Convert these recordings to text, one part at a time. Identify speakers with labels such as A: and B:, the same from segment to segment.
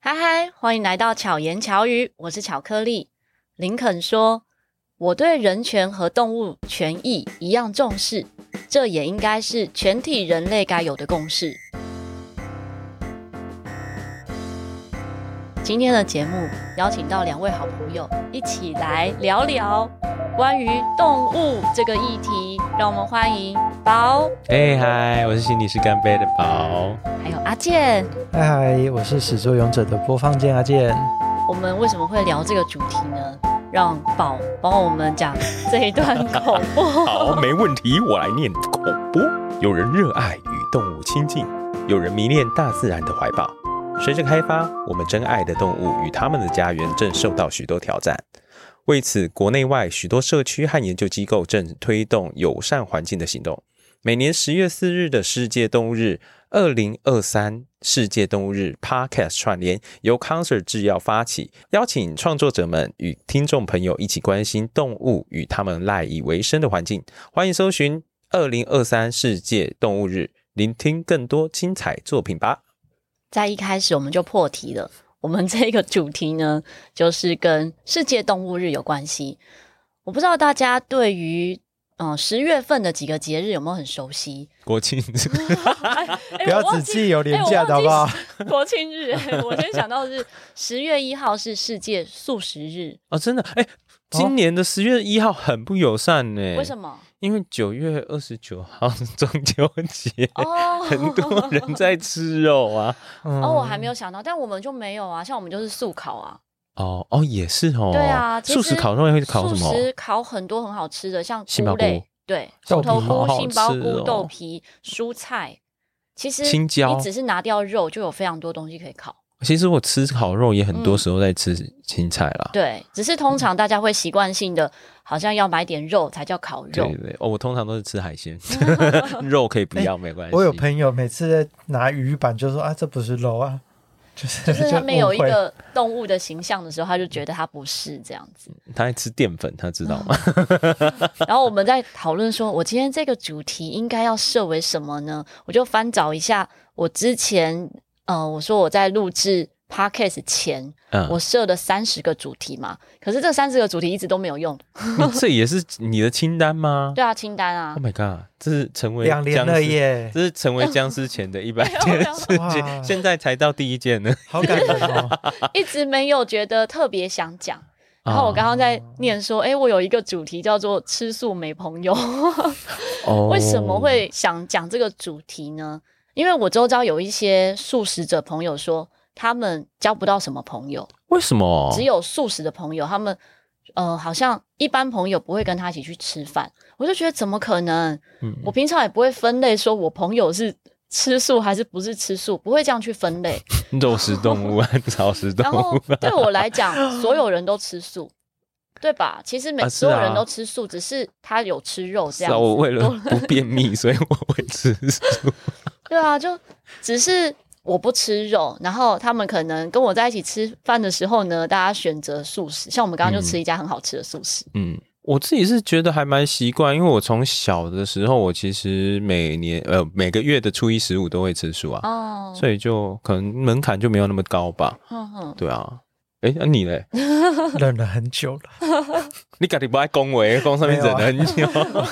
A: 嗨嗨，欢迎来到巧言巧语，我是巧克力。林肯说：“我对人权和动物权益一样重视，这也应该是全体人类该有的共识。”今天的节目邀请到两位好朋友一起来聊聊关于动物这个议题，让我们欢迎宝，
B: 哎嗨，我是心理师干杯的宝。
A: 还有阿健。
C: 嗨嗨，我是始作俑者的播放键阿健。
A: 我们为什么会聊这个主题呢？让宝帮我们讲这一段口 播。
B: 好，没问题，我来念口播。有人热爱与动物亲近，有人迷恋大自然的怀抱。随着开发，我们珍爱的动物与它们的家园正受到许多挑战。为此，国内外许多社区和研究机构正推动友善环境的行动。每年十月四日的世界动物日，二零二三世界动物日 Podcast 串联由 Concert 制药发起，邀请创作者们与听众朋友一起关心动物与它们赖以为生的环境。欢迎搜寻二零二三世界动物日，聆听更多精彩作品吧。
A: 在一开始我们就破题了，我们这个主题呢，就是跟世界动物日有关系。我不知道大家对于嗯十、0月份的几个节日有没有很熟悉？
B: 国庆
A: 不哎
C: 不要只记有廉价的好不好？
A: 国庆日，哎我先想到是十月一号是世界素食日，
B: 哦，真的哎，今年的十月一号很不友善呢。
A: 为什
B: 么？
A: 么？
B: 因为九月二十九号是中秋节，
C: 哎
A: 哦，
B: 很多人在吃肉啊。
C: 嗯
A: 哦，我还没有想到，但我们就没有啊，像我们就是素烤啊。
B: 哦哦，也是哦。
A: 对啊，其
B: 素
A: 实
B: 食烤肉会烤什
A: 素
B: 么？
A: 食烤很多很好吃的，像
B: 杏
A: 菇
B: 鲍菇
A: 类，对，
C: 豆
A: 头
C: 皮
A: 菇、
B: 好好
A: 杏鲍
B: 吃
A: 菇、
B: 哦
A: 豆皮、蔬菜。其实
B: 青椒
A: 你只是拿掉肉，就有非常多东西可以烤。
B: 其实我吃烤肉也很
A: 嗯
B: 多时候在吃青菜啦。
A: 对，只是通常大家会习惯性的，好像要买点肉才叫烤肉
B: 对。对，哦，我通常都是吃 海鲜，肉可以不要，没关系。
C: 哎我有朋友每次在拿鱼板就说啊，这不是肉啊， 就是
A: 就是他们有一
C: 误会
A: 个动物的形象的时候，他就觉得它不是这样子。
B: 他爱吃淀粉，他知道吗？
A: 然后我们在讨论说，我今天这个主题应该要设为什么呢？我就翻找一下我之前，呃，我说我在录制 podcast 前，
B: 嗯，
A: 我设了三十个主题嘛，可是这三十个主题一直都没有用。
B: 你嗯 这也是你的清单吗？
A: 对啊，清单啊
B: Oh，my god！这是成为
C: 两连
B: 僵
C: 了
B: 尸，
C: 耶，
B: 这是成为僵尸前的 一百
A: 没有没
B: 件
A: 有
B: 事
C: 哇
B: 情，现在才到第一件呢。
C: 好感人哦。
A: 一直没有觉得特别想讲。然后我
B: 哦
A: 刚刚在念说，诶，我有一个主题叫做“吃素没朋友”，
B: 哦
A: 为什么？会想讲这个主题呢？因为我周遭有一些素食者朋友说，他们交不到什么朋友，
B: 为什么？
A: 只有素食的朋友，他们呃好像一般朋友不会跟他一起去吃饭。我就觉得怎么可能？
B: 嗯
A: 我平常也不会分类说我朋友是吃素还是不是吃素，不会这样去分 类。
B: 肉食动 物啊，草食动
A: 然后
B: 物啊。
A: 对我来 讲，所有人都吃素。对吧？其实每、
B: 啊是
A: 所
B: 啊
A: 有人都吃素，只是他有吃肉这
B: 是
A: 样子。
B: 啊，我为了
A: 多
B: 不便秘，所以我会吃 素。
A: 对啊，就只是我不吃肉，然后他们可能跟我在一起吃饭的时候呢，大家选择素食，像我们刚刚就吃一家很好吃的素食，
B: 嗯，我自己是觉得还蛮习惯，因为我从小的时候，我其实每年呃每个月的初一十五都会吃素啊，
A: 哦，
B: 所以就可能门槛就没有那么高吧。
A: 哼哼，
B: 对啊，哎，那、你嘞？
C: 忍了很久了，
B: 你肯定不爱恭 维，恭上面忍了很久。
C: 啊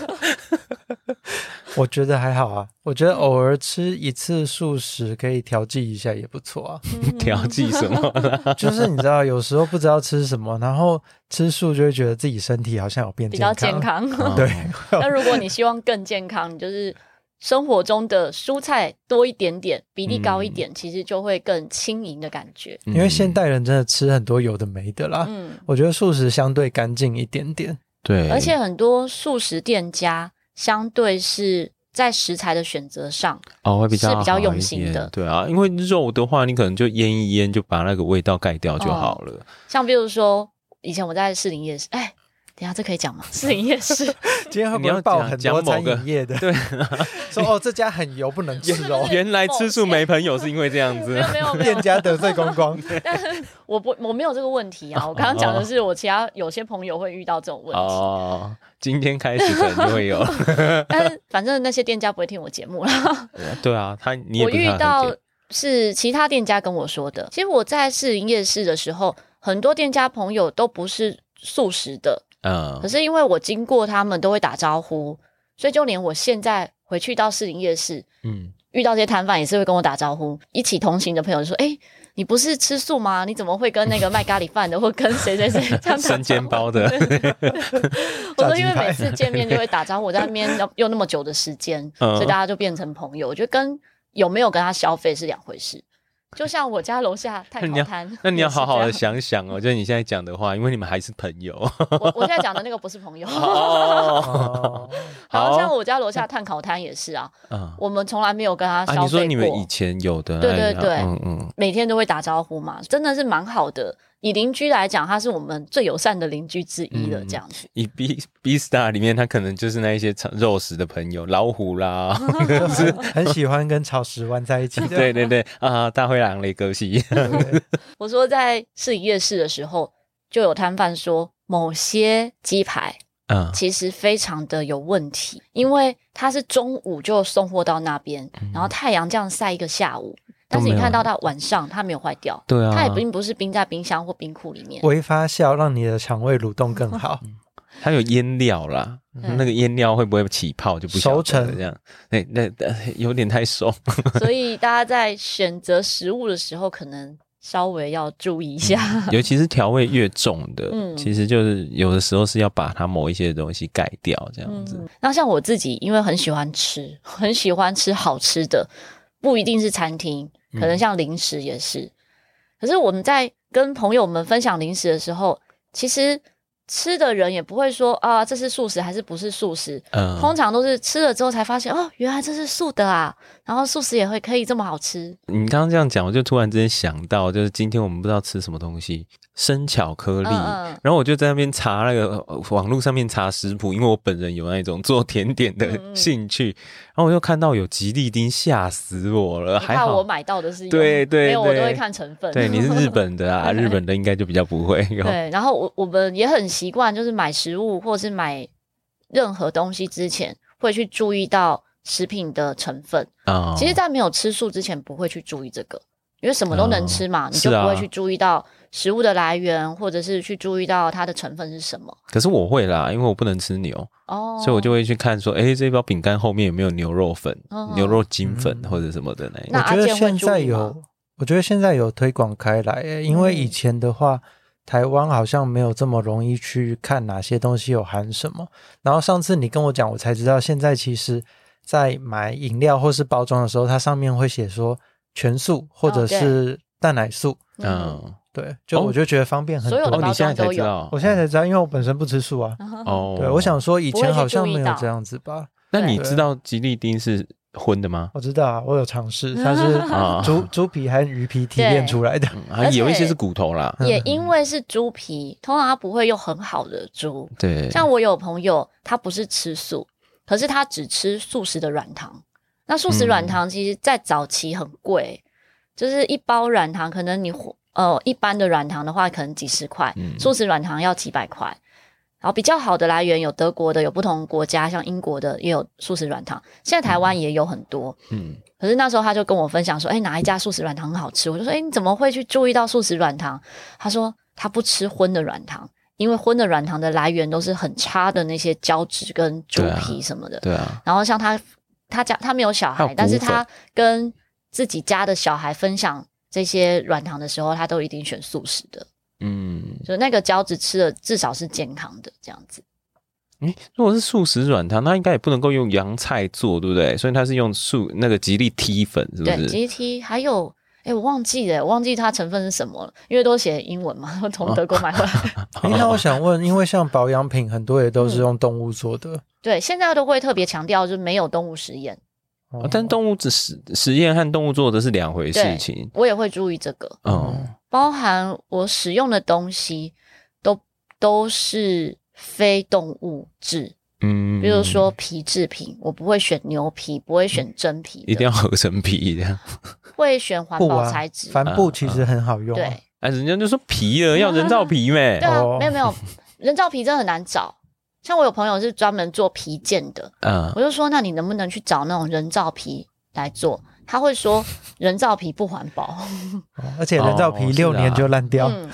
C: 我觉得还好啊。我觉得偶尔吃一次素食可以调剂一下也不 错啊。
A: 嗯
B: 调剂什么？
C: 就是你知道，有时候不知道吃什么，然后吃素就会觉得自己身体好像有变
A: 比
C: 健
A: 较
C: 康，
A: 健康。
C: 对，
A: 那如果你希望更健康，你就是生活中的蔬菜多一点点，比例高一点，其实就会更轻盈的感觉。
B: 嗯
C: 因为现代人真的吃很多有的没的啦。
A: 嗯，
C: 我觉得素食相对干净一 点点。
B: 对，
A: 而且很多素食店家相对是在食材的选择上，
B: 哦会比较
A: 是比较
B: 好一
A: 用心
B: 点
A: 的
B: 对啊，因为肉的话，你可能就腌一腌，就把那个味道盖掉
A: 哦
B: 就好了。
A: 像比如说以前我在士林夜市，哎，等一下这可以讲吗？士林夜市。
C: 今天会不
B: 你要
C: 会爆
B: 讲
C: 很
B: 讲
C: 多
B: 某
C: 餐
B: 个
C: 饮业的？
B: 对，
C: 说哦，这家很油，不 能吃
A: 是不
C: 哦
A: 是。
B: 原来吃素没朋友是因为这样
A: 没
B: 子
A: 有。没有没有
C: 店，家得罪公公，
A: 我不我没有这个问题啊。我刚刚讲的是我其他有些朋友会遇到这种问题，
B: 哦，今天开始可能就会有。
A: 但是反正那些店家不会听我节目啦。
B: 对啊，他你也
A: 我
B: 不是
A: 遇
B: 他的
A: 到
B: 店
A: 是其他店家跟我说的。其实我在士林夜市的时候，很多店家朋友都不是素食的，
B: 嗯
A: 可，是因为我经过他们都会打招呼，所以就连我现在回去到士林夜市，
B: 嗯，
A: 遇到这些摊贩也是会跟我打招呼，一起同行的朋友就说：“哎、你不是吃素吗？你怎么会跟那个卖咖喱饭的，或跟谁谁谁这样打招 呼
B: 生煎包的，
A: 我
C: 炸
A: 说，
C: 鸡
A: 因为
C: 排
A: 每次见面就会打招呼，我在那边要用那么久的时间，
B: 嗯
A: 所以大家就变成朋友。我觉得跟有没有跟他消费是两回事。就像我家楼 下太烤
B: 那你要
A: 摊，
B: 那你要好好
A: 也
B: 的
A: 是这样。
B: 想想哦，就是你现在讲的话，因为你们还是朋友。
A: 我我现在讲的那个不是朋友，
B: 哦，
C: 哦，
A: 然后像
B: 好，
A: 我家楼下炭烤摊也是啊，
B: 嗯，
A: 我们从来没有跟他
B: 啊，
A: 消
B: 你说
A: 费
B: 你们以
A: 过，
B: 前有的，
A: 对对
B: 哎呀
A: 对
B: 嗯嗯，
A: 每天都会打招呼嘛，真的是蛮好的。以邻居来讲，他是我们最友善的邻居之一了，
B: 嗯
A: 这样子。
B: 以 B B Star 里面，他可能就是那一些常肉食的朋友，老虎 啦，
C: 就是很喜欢跟草食玩在一起的。
B: 对对对啊，大灰狼嘞，歌戏，
A: 我说在市营夜市的时候，就有摊贩说某些鸡排
B: 嗯
A: 其实非常的有问题，因为它是中午就送货到那边，然后太阳这样晒一个下午，但是
B: 嗯都
A: 你
B: 没有
A: 看到它晚上它没有坏掉，
B: 对啊，
A: 它也并不是冰在冰箱或冰库里面。
C: 微发酵让你的肠胃蠕动更好。
B: 它有腌料啦，
A: 对
B: 那个腌料会不会起泡就不晓得
C: 熟成
B: 这样，那那 那有点太 熟，
A: 所以大家在选择食物的时候，可能稍微要注意一下。
B: 尤其是调味越重的，
A: 嗯
B: 其实就是有的时候是要把它某一些东西盖掉这样子。
A: 嗯，那像我自己，因为很喜欢吃， 很喜欢吃好吃的，不一定是餐厅，
B: 嗯
A: 可能像零食也是。可是我们在跟朋友们分享零食的时候，其实吃的人也不会说啊，这是素食还是不是素食，
B: 嗯
A: 通常都是吃了之后才发现哦，原来这是素的啊，然后素食也会可以这么好吃。
B: 你刚刚这样讲，我就突然之间想到，就是今天我们不知道吃什么东西，生巧克力。
A: 嗯嗯
B: 然后我就在那边查那个呃网络上面查食谱，因为我本人有那种做甜点
A: 嗯
B: 的
A: 嗯
B: 兴趣。然后我就看到有吉利丁，吓死我
A: 我
B: 了！呃还
A: 怕我
B: 好，
A: 买到的是有
B: 对对
A: 没有，我
B: 对
A: 都会看成分。
B: 对，你是日本 的啊，日本的应该就比较不会有。
A: 对，然后我我们也很习惯，就是买食物或是买任何东西之前，会去注意到食品的成分。
B: 啊
A: 其实，在没有吃素之前，不会去注意这个，因为什么都能吃嘛，你就是
B: 啊
A: 不会去注意到食物的来源，或者是去注意到它的成分是什么。
B: 可是我会啦，因为我不能吃牛，
A: 哦，
B: 所以我就会去看说，诶，这包饼干后面有没有牛肉粉、
A: 嗯
B: 牛肉精粉
C: 嗯
B: 或者什么的那一
A: 那
C: 我
B: 种。
A: 阿
C: 觉得
A: 健会
C: 现在
A: 注意吗
C: 有，我觉得现在有推广开来耶，因为以
A: 嗯
C: 前的话，台湾好像没有这么容易去看哪些东西有含什么。然后上次你跟我讲，我才知道现在其实，在买饮料或是包装的时候，它上面会写说全素或者
A: 哦对
C: 是蛋奶素。
A: 嗯，
B: 嗯，
C: 对，就
B: 哦
C: 我就觉得方便很
A: 所有的
B: 哦，
C: 多。
B: 你
A: 包
B: 现
A: 装
B: 在才
A: 都
B: 知
A: 有
B: 道，
C: 我现在才知道，因为我本身不吃素啊。
A: 嗯
B: 哦，
C: 对，我想说以
A: 不会
C: 前
A: 去
C: 好像
A: 注意
C: 没有
A: 到
C: 这样子吧？
B: 那你
C: 对
B: 知道吉利丁是荤的吗？
C: 我知道啊，我有尝 试，它是
B: 啊
C: 猪猪皮和鱼皮提炼出来的。
B: 嗯，
A: 而
B: 还
A: 且
B: 有一些是骨头啦。
C: 嗯
A: 也因为是猪皮，通常它不会用很好的猪。
B: 对，
A: 像我有朋友，他不是吃素，可是他只吃素食的软糖。那素食
B: 嗯
A: 软糖其实在早期很贵，就是一包软糖，可能你呃一般的软糖的话，可能几十块，
B: 嗯
A: 素食软糖要几百块。然后比较好的来源有德国的，有不同国家，像英国的也有素食软糖，现在台湾也有很多。
B: 嗯，
A: 可是那时候他就跟我分享说，哎、哪一家素食软糖很好吃？我就说，哎、你怎么会去注意到素食软糖？他说他不吃荤的软糖，因为荤的软糖的来源都是很差的那些胶质跟猪
B: 对啊
A: 皮什么的。
B: 对啊，
A: 然后像他，他家他没有小
B: 还有
A: 孩
B: 骨，
A: 但是
B: 粉
A: 他跟自己家的小孩分享这些软糖的时候，他都一定选素食的，
B: 嗯，
A: 就那个胶质吃的至少是健康的这样子。
B: 诶，如果是素食软糖，那应该也不能够用洋菜做，对不对？所以它是用素那个吉利踢粉，是哦不
A: 对
B: 是？
A: ，GT 还有。哎、我忘记了，我忘记它成分是什么了，因为都写英文嘛， 我从德国买回来。
C: 诶那我想问，因为像保养品很多也都
A: 嗯
C: 是用动物做的，
A: 对，现在都会特别强调，就是没有动物实验，
C: 哦
B: 哦但动物只实实验和动物做的是两回事
A: 对
B: 情。
A: 我也会注意这个，
B: 嗯，
A: 包含我使用的东西都都是非动物质，
B: 嗯，
A: 比如说皮制品，我不会选牛皮，不会选真皮的，
B: 嗯一定要合成皮这样，
A: 会选环
C: 布
A: 保
C: 啊
A: 材质，，
C: 帆布其实很好用啊、
A: 对
B: 哎，人家就说皮了，要人造皮没
A: 对？啊，
C: 哦
A: 没有没有，人造皮真的很难找。像我有朋友是专门做皮件的，
B: 嗯
A: 我就说，那你能不能去找那种人造皮来做？他会说人造皮不环保。
C: 哦而且人造
B: 哦
C: 皮
B: 是
C: 六年
B: 啊
C: 就烂掉，
A: 嗯，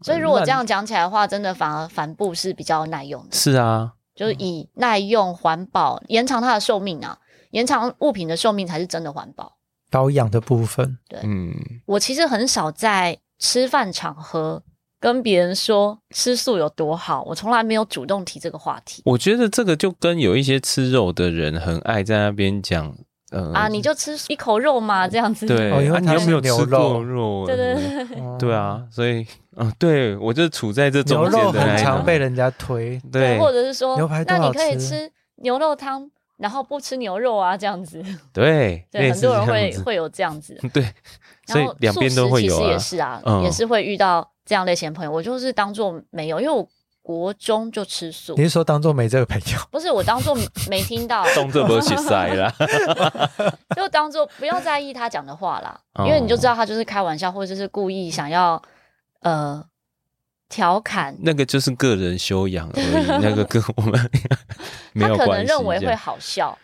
A: 所以如果
C: 烂
A: 这样讲起来的话，真的反而帆布是比较耐用的，
B: 是啊，
A: 就是以耐用、环保、延长它的寿命啊，延长物品的寿命才是真的环保。
C: 保养的 部分
B: 嗯，
A: 我其实很少在吃饭场合跟别人说吃素有多好，我从来没有主动提这个话题
B: 我觉得这个就跟有一些吃肉的人很爱在那边讲，呃
A: 啊，你就吃一口肉嘛，这样子。
B: 对，
C: 哦因为
B: 啊你
C: 它
B: 又
C: 是
B: 没有
C: 牛
B: 吃过
C: 肉
B: 肉，
A: 对对
B: 嗯
A: 对，
B: 对，
C: 嗯
B: 啊，所以嗯，对我就处在这
C: 牛
B: 中
C: 肉
B: 间的那
C: 很
B: 一
C: 常
B: 种
C: 被人家推，
A: 嗯
B: 对
A: 或者是说
C: 牛排，多
A: 那你
C: 好
A: 可以
C: 吃
A: 吃牛肉汤，然后不吃牛肉啊，这样子。
B: 对，
A: 对，
B: 类
A: 很
B: 似
A: 多人
B: 这样
A: 会
B: 子
A: 会有这样子。
B: 对，所
A: 然
B: 以
A: 后
B: 两边
A: 素
B: 都
A: 食
B: 会有
A: 其实
B: 啊
A: 也，是啊，
B: 嗯
A: 也是会遇到这样类型的朋友。我就是当做没有，因为我国中就吃素
C: 你，是说当做没这个朋友？
A: 不是我当做没听到，
B: 动这波起塞啦，
A: 就当做不要在意他讲的话啦，
B: 哦
A: 因为你就知道他就是开玩笑，或者是故意想要呃调侃。
B: 那个就是个人修养而已，那个跟我们 没
A: 他
B: 有
A: 可
B: 关
A: 能
B: 系。
A: 认为
B: 这
A: 会
B: 样嗯
A: 好笑，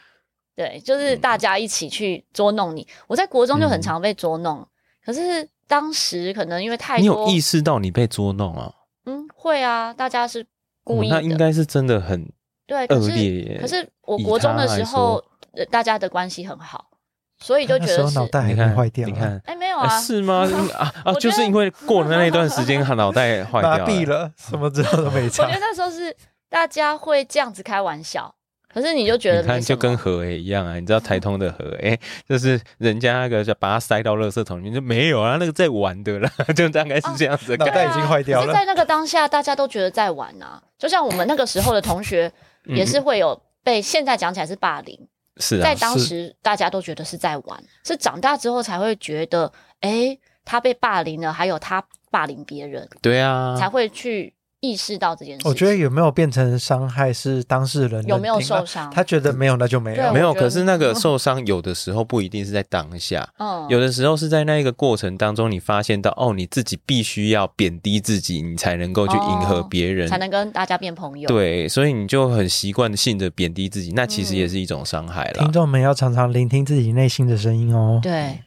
A: 对，就是大家一起去捉弄你。我在国中就很常被捉弄，可是当时可能因为太
B: 你有
A: 多，
B: 意识到你被捉弄啊？
A: 嗯，会啊，大家是故
B: 哦
A: 意的，
B: 那应该是真的很
A: 对，可
B: 恶
A: 是
B: 劣耶。
A: 可是我
B: 以
A: 国中
B: 他
A: 的
B: 来
A: 时候
B: 说，
A: 呃大家的关系很好，所以就
C: 那
A: 觉
C: 时
A: 得
C: 候
A: 是
C: 脑袋还
B: 你
C: 没
B: 看
C: 坏掉啊，
B: 你看。
A: 哎、没有
B: 哎
A: 啊，
B: 是吗？ 嗯啊啊，
A: 我觉
B: 就是
A: 得
B: 因为过了那一段时间，他脑袋坏掉
C: 麻
B: 了，嗯
C: 痹了，什么之后都 没
A: 我
C: 差
A: 觉得。那时候是大家会这样子开玩笑，可是你就觉得
B: 你看，
A: 没什
B: 就跟
A: 么
B: 河诶一样啊，你知道台通的河 诶，就是人家那个就把它塞到垃圾桶里面，就没有啊，那个在玩的啦， 就大概是这样子的
C: 脑
B: 感觉。
C: 袋已经坏掉
A: 啊可是，
C: 了
A: 在那个当下，大家都觉得在玩啊。就像我们那个时候的同学，也是会有被现在讲起来是霸凌，
B: 嗯是啊
A: 在，当
C: 是
A: 时大家都觉得是在玩，是长大之后才会觉得，哎、他被霸凌了，还有他霸凌别人，
B: 对啊，
A: 才会去意识到这件事情。
C: 我觉得有没有变成伤害是当事人
A: 有没有
C: 认定啊
A: 受伤
C: 他觉得没有，那就没
A: 对
C: 有
B: 没。有。
A: 我觉得
B: 可是那个受伤，有的时候不一定是在当下，
A: 嗯
B: 有的时候是在那一个过程当中，你发现到哦，你自己必须要贬低自己，你才能够去迎合别人。
A: 哦才能跟大家变朋友。，
B: 对，所以你就很习惯性的贬低自己，那其实
A: 嗯
B: 也是一种伤害啦
C: 听。众们要常常聆听自己内心的声音哦。
A: 对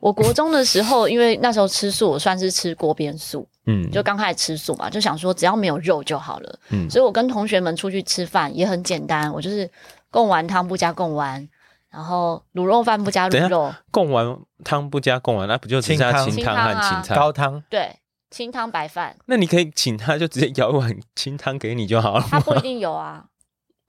A: 我国中的时候，因为那时候吃素，我算是吃锅边素，
B: 嗯，
A: 就刚开始吃素嘛，就想说只要没有肉就好了。
B: 嗯
A: 所以我跟同学们出去吃饭也很简单，我就是贡丸汤不加贡丸，然后卤肉饭不加
B: 等一
A: 卤
B: 下
A: 肉，
B: 贡丸汤不加贡丸，那不就只剩下
C: 清
B: 清汤
A: 汤
B: 和
A: 清
B: 芹
A: 汤啊
B: 菜？
C: 高汤
A: 对，清汤白饭，
B: 那你可以请他就直接舀一碗清汤给你就好了。
A: 它不一定有 啊。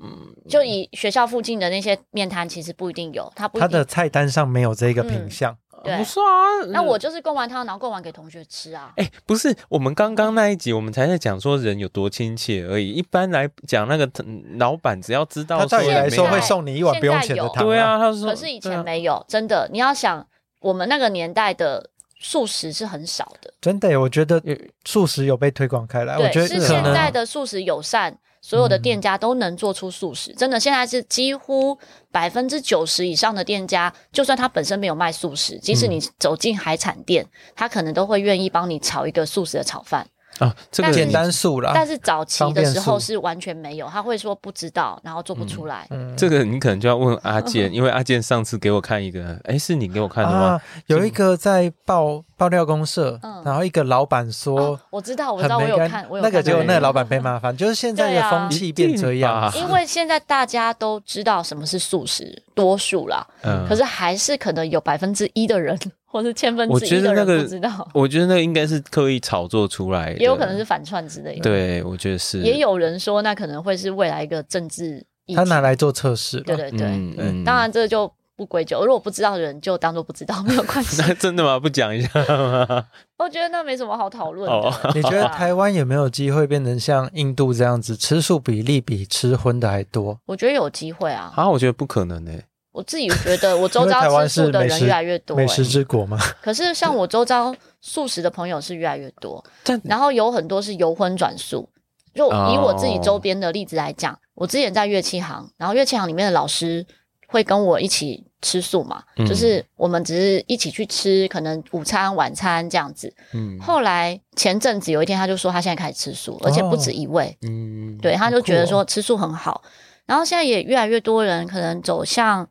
A: 嗯，就以学校附近的那些面摊，其实不一定有，它不一
C: 他
A: 定
C: 的菜单上没有这个品
A: 嗯
C: 相，
A: 对
B: 不。是啊，
A: 那我就是贡丸汤，然后贡丸给同学吃啊。
B: 哎、不是，我们刚刚那一集我们才在讲说人有多亲切而已。一般来讲，那个嗯老板只要知道
C: 他
B: 说
C: 照理来说
B: 没有
C: 会送你一碗不用钱的
A: 现在
C: 汤。
A: 有
B: 对，啊，他说
A: 可是以前、
B: 对啊
A: 没有，真的。你要想，我们那个年代的素食是很少的，
C: 真的耶，我觉得素食有被推广开哎来。我
A: 对，
C: 觉得
A: 是
C: 可
A: 现
C: 能嗯
A: 在的素食友善，所有的店家都能做出素食。真的，现在是几乎百分之九十以上的店家，就算他本身没有卖素食，即使你
C: 嗯
A: 走进海产店，他可能都会愿意帮你炒一个素食的炒饭。
B: 啊，这个
A: 但是
C: 简单素啦。
A: 但是早期
C: 啊方
A: 的
C: 便
A: 时候
C: 素
A: 是完全没有，他会说不知道，然后做不出来。啊
C: 嗯
B: 这个你可能就要问阿健，因为阿健上次给我看一个，哎、是你给我看的吗？
C: 啊，有一个在爆爆料公社
A: 嗯，
C: 然后一个老板说
A: 哦，我知道，我知
C: 很
A: 道，我
C: 没
A: 有
C: 干
A: 看，我，有
C: 那
A: 看
C: 个结果
B: 那
C: 那个
B: 个
C: 老板被 骂翻，就是现在
A: 对
C: 的
A: 啊
C: 风气变这样
B: 一
C: 子。
B: 定吧
A: 因为现在大家都知道什么是素食，多数啦，
B: 嗯，
A: 可是还是可能有百分之一的人，或是千分
B: 我
A: 之
B: 觉
A: 一的
B: 得那
A: 人
B: 个
A: 不知道，
B: 我觉得那个应该是刻意炒作出来的，
A: 也有可能是反串之类的。，
B: 对，我觉得是
A: 也有人说那可能会是未来一个政治议
C: 他
A: 题。
C: 拿来做测试了，
A: 对对对，
B: 嗯嗯
A: 当然这就不归咎，如果不知道的人就当做不知道，没有关 系。
B: 那真的吗？不讲一下吗？
A: 我觉得那没什么好讨论
B: 哦
A: 的。
C: 你觉得
A: 对啊
C: 台湾有没有机会变成像印度这样子，吃素比例比吃荤的还多？
A: 我觉得有机会啊，
B: 啊，我觉得不可能呢、
A: 我自己觉得我周
C: 因为台
A: 遭
C: 湾
A: 吃素
C: 是
A: 的
C: 美
A: 人
C: 食
A: 越来越多、
C: 美食
A: 欸，
C: 之国吗？
A: 可是像我周遭素食的朋友是越来越多。
B: 但
A: 然后有很多是由荤转素。就以我自己周
B: 哦
A: 边的例子来讲，我之前在乐器行，然后乐器行里面的老师会跟我一起吃素嘛，
B: 嗯
A: 就是我们只是一起去吃，可能午餐、晚餐这样子。
B: 嗯哦
A: 后来前阵子有一天，他就说他现在开始吃素，而且不止一位，
B: 嗯，
A: 对，他就觉得
C: 好酷哦
A: 说吃素很好。然后现在也越来越多人可能走向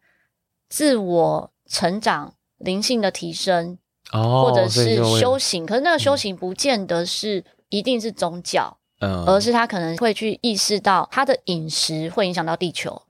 A: 自我成长灵性的提升，
B: 哦，
A: 或者
B: 所以
A: 是
B: 就会
A: 修行。可是那个修行不见得是一定是宗教，
B: 嗯
A: 而是他可能会去意识到他的饮食会影响到地球，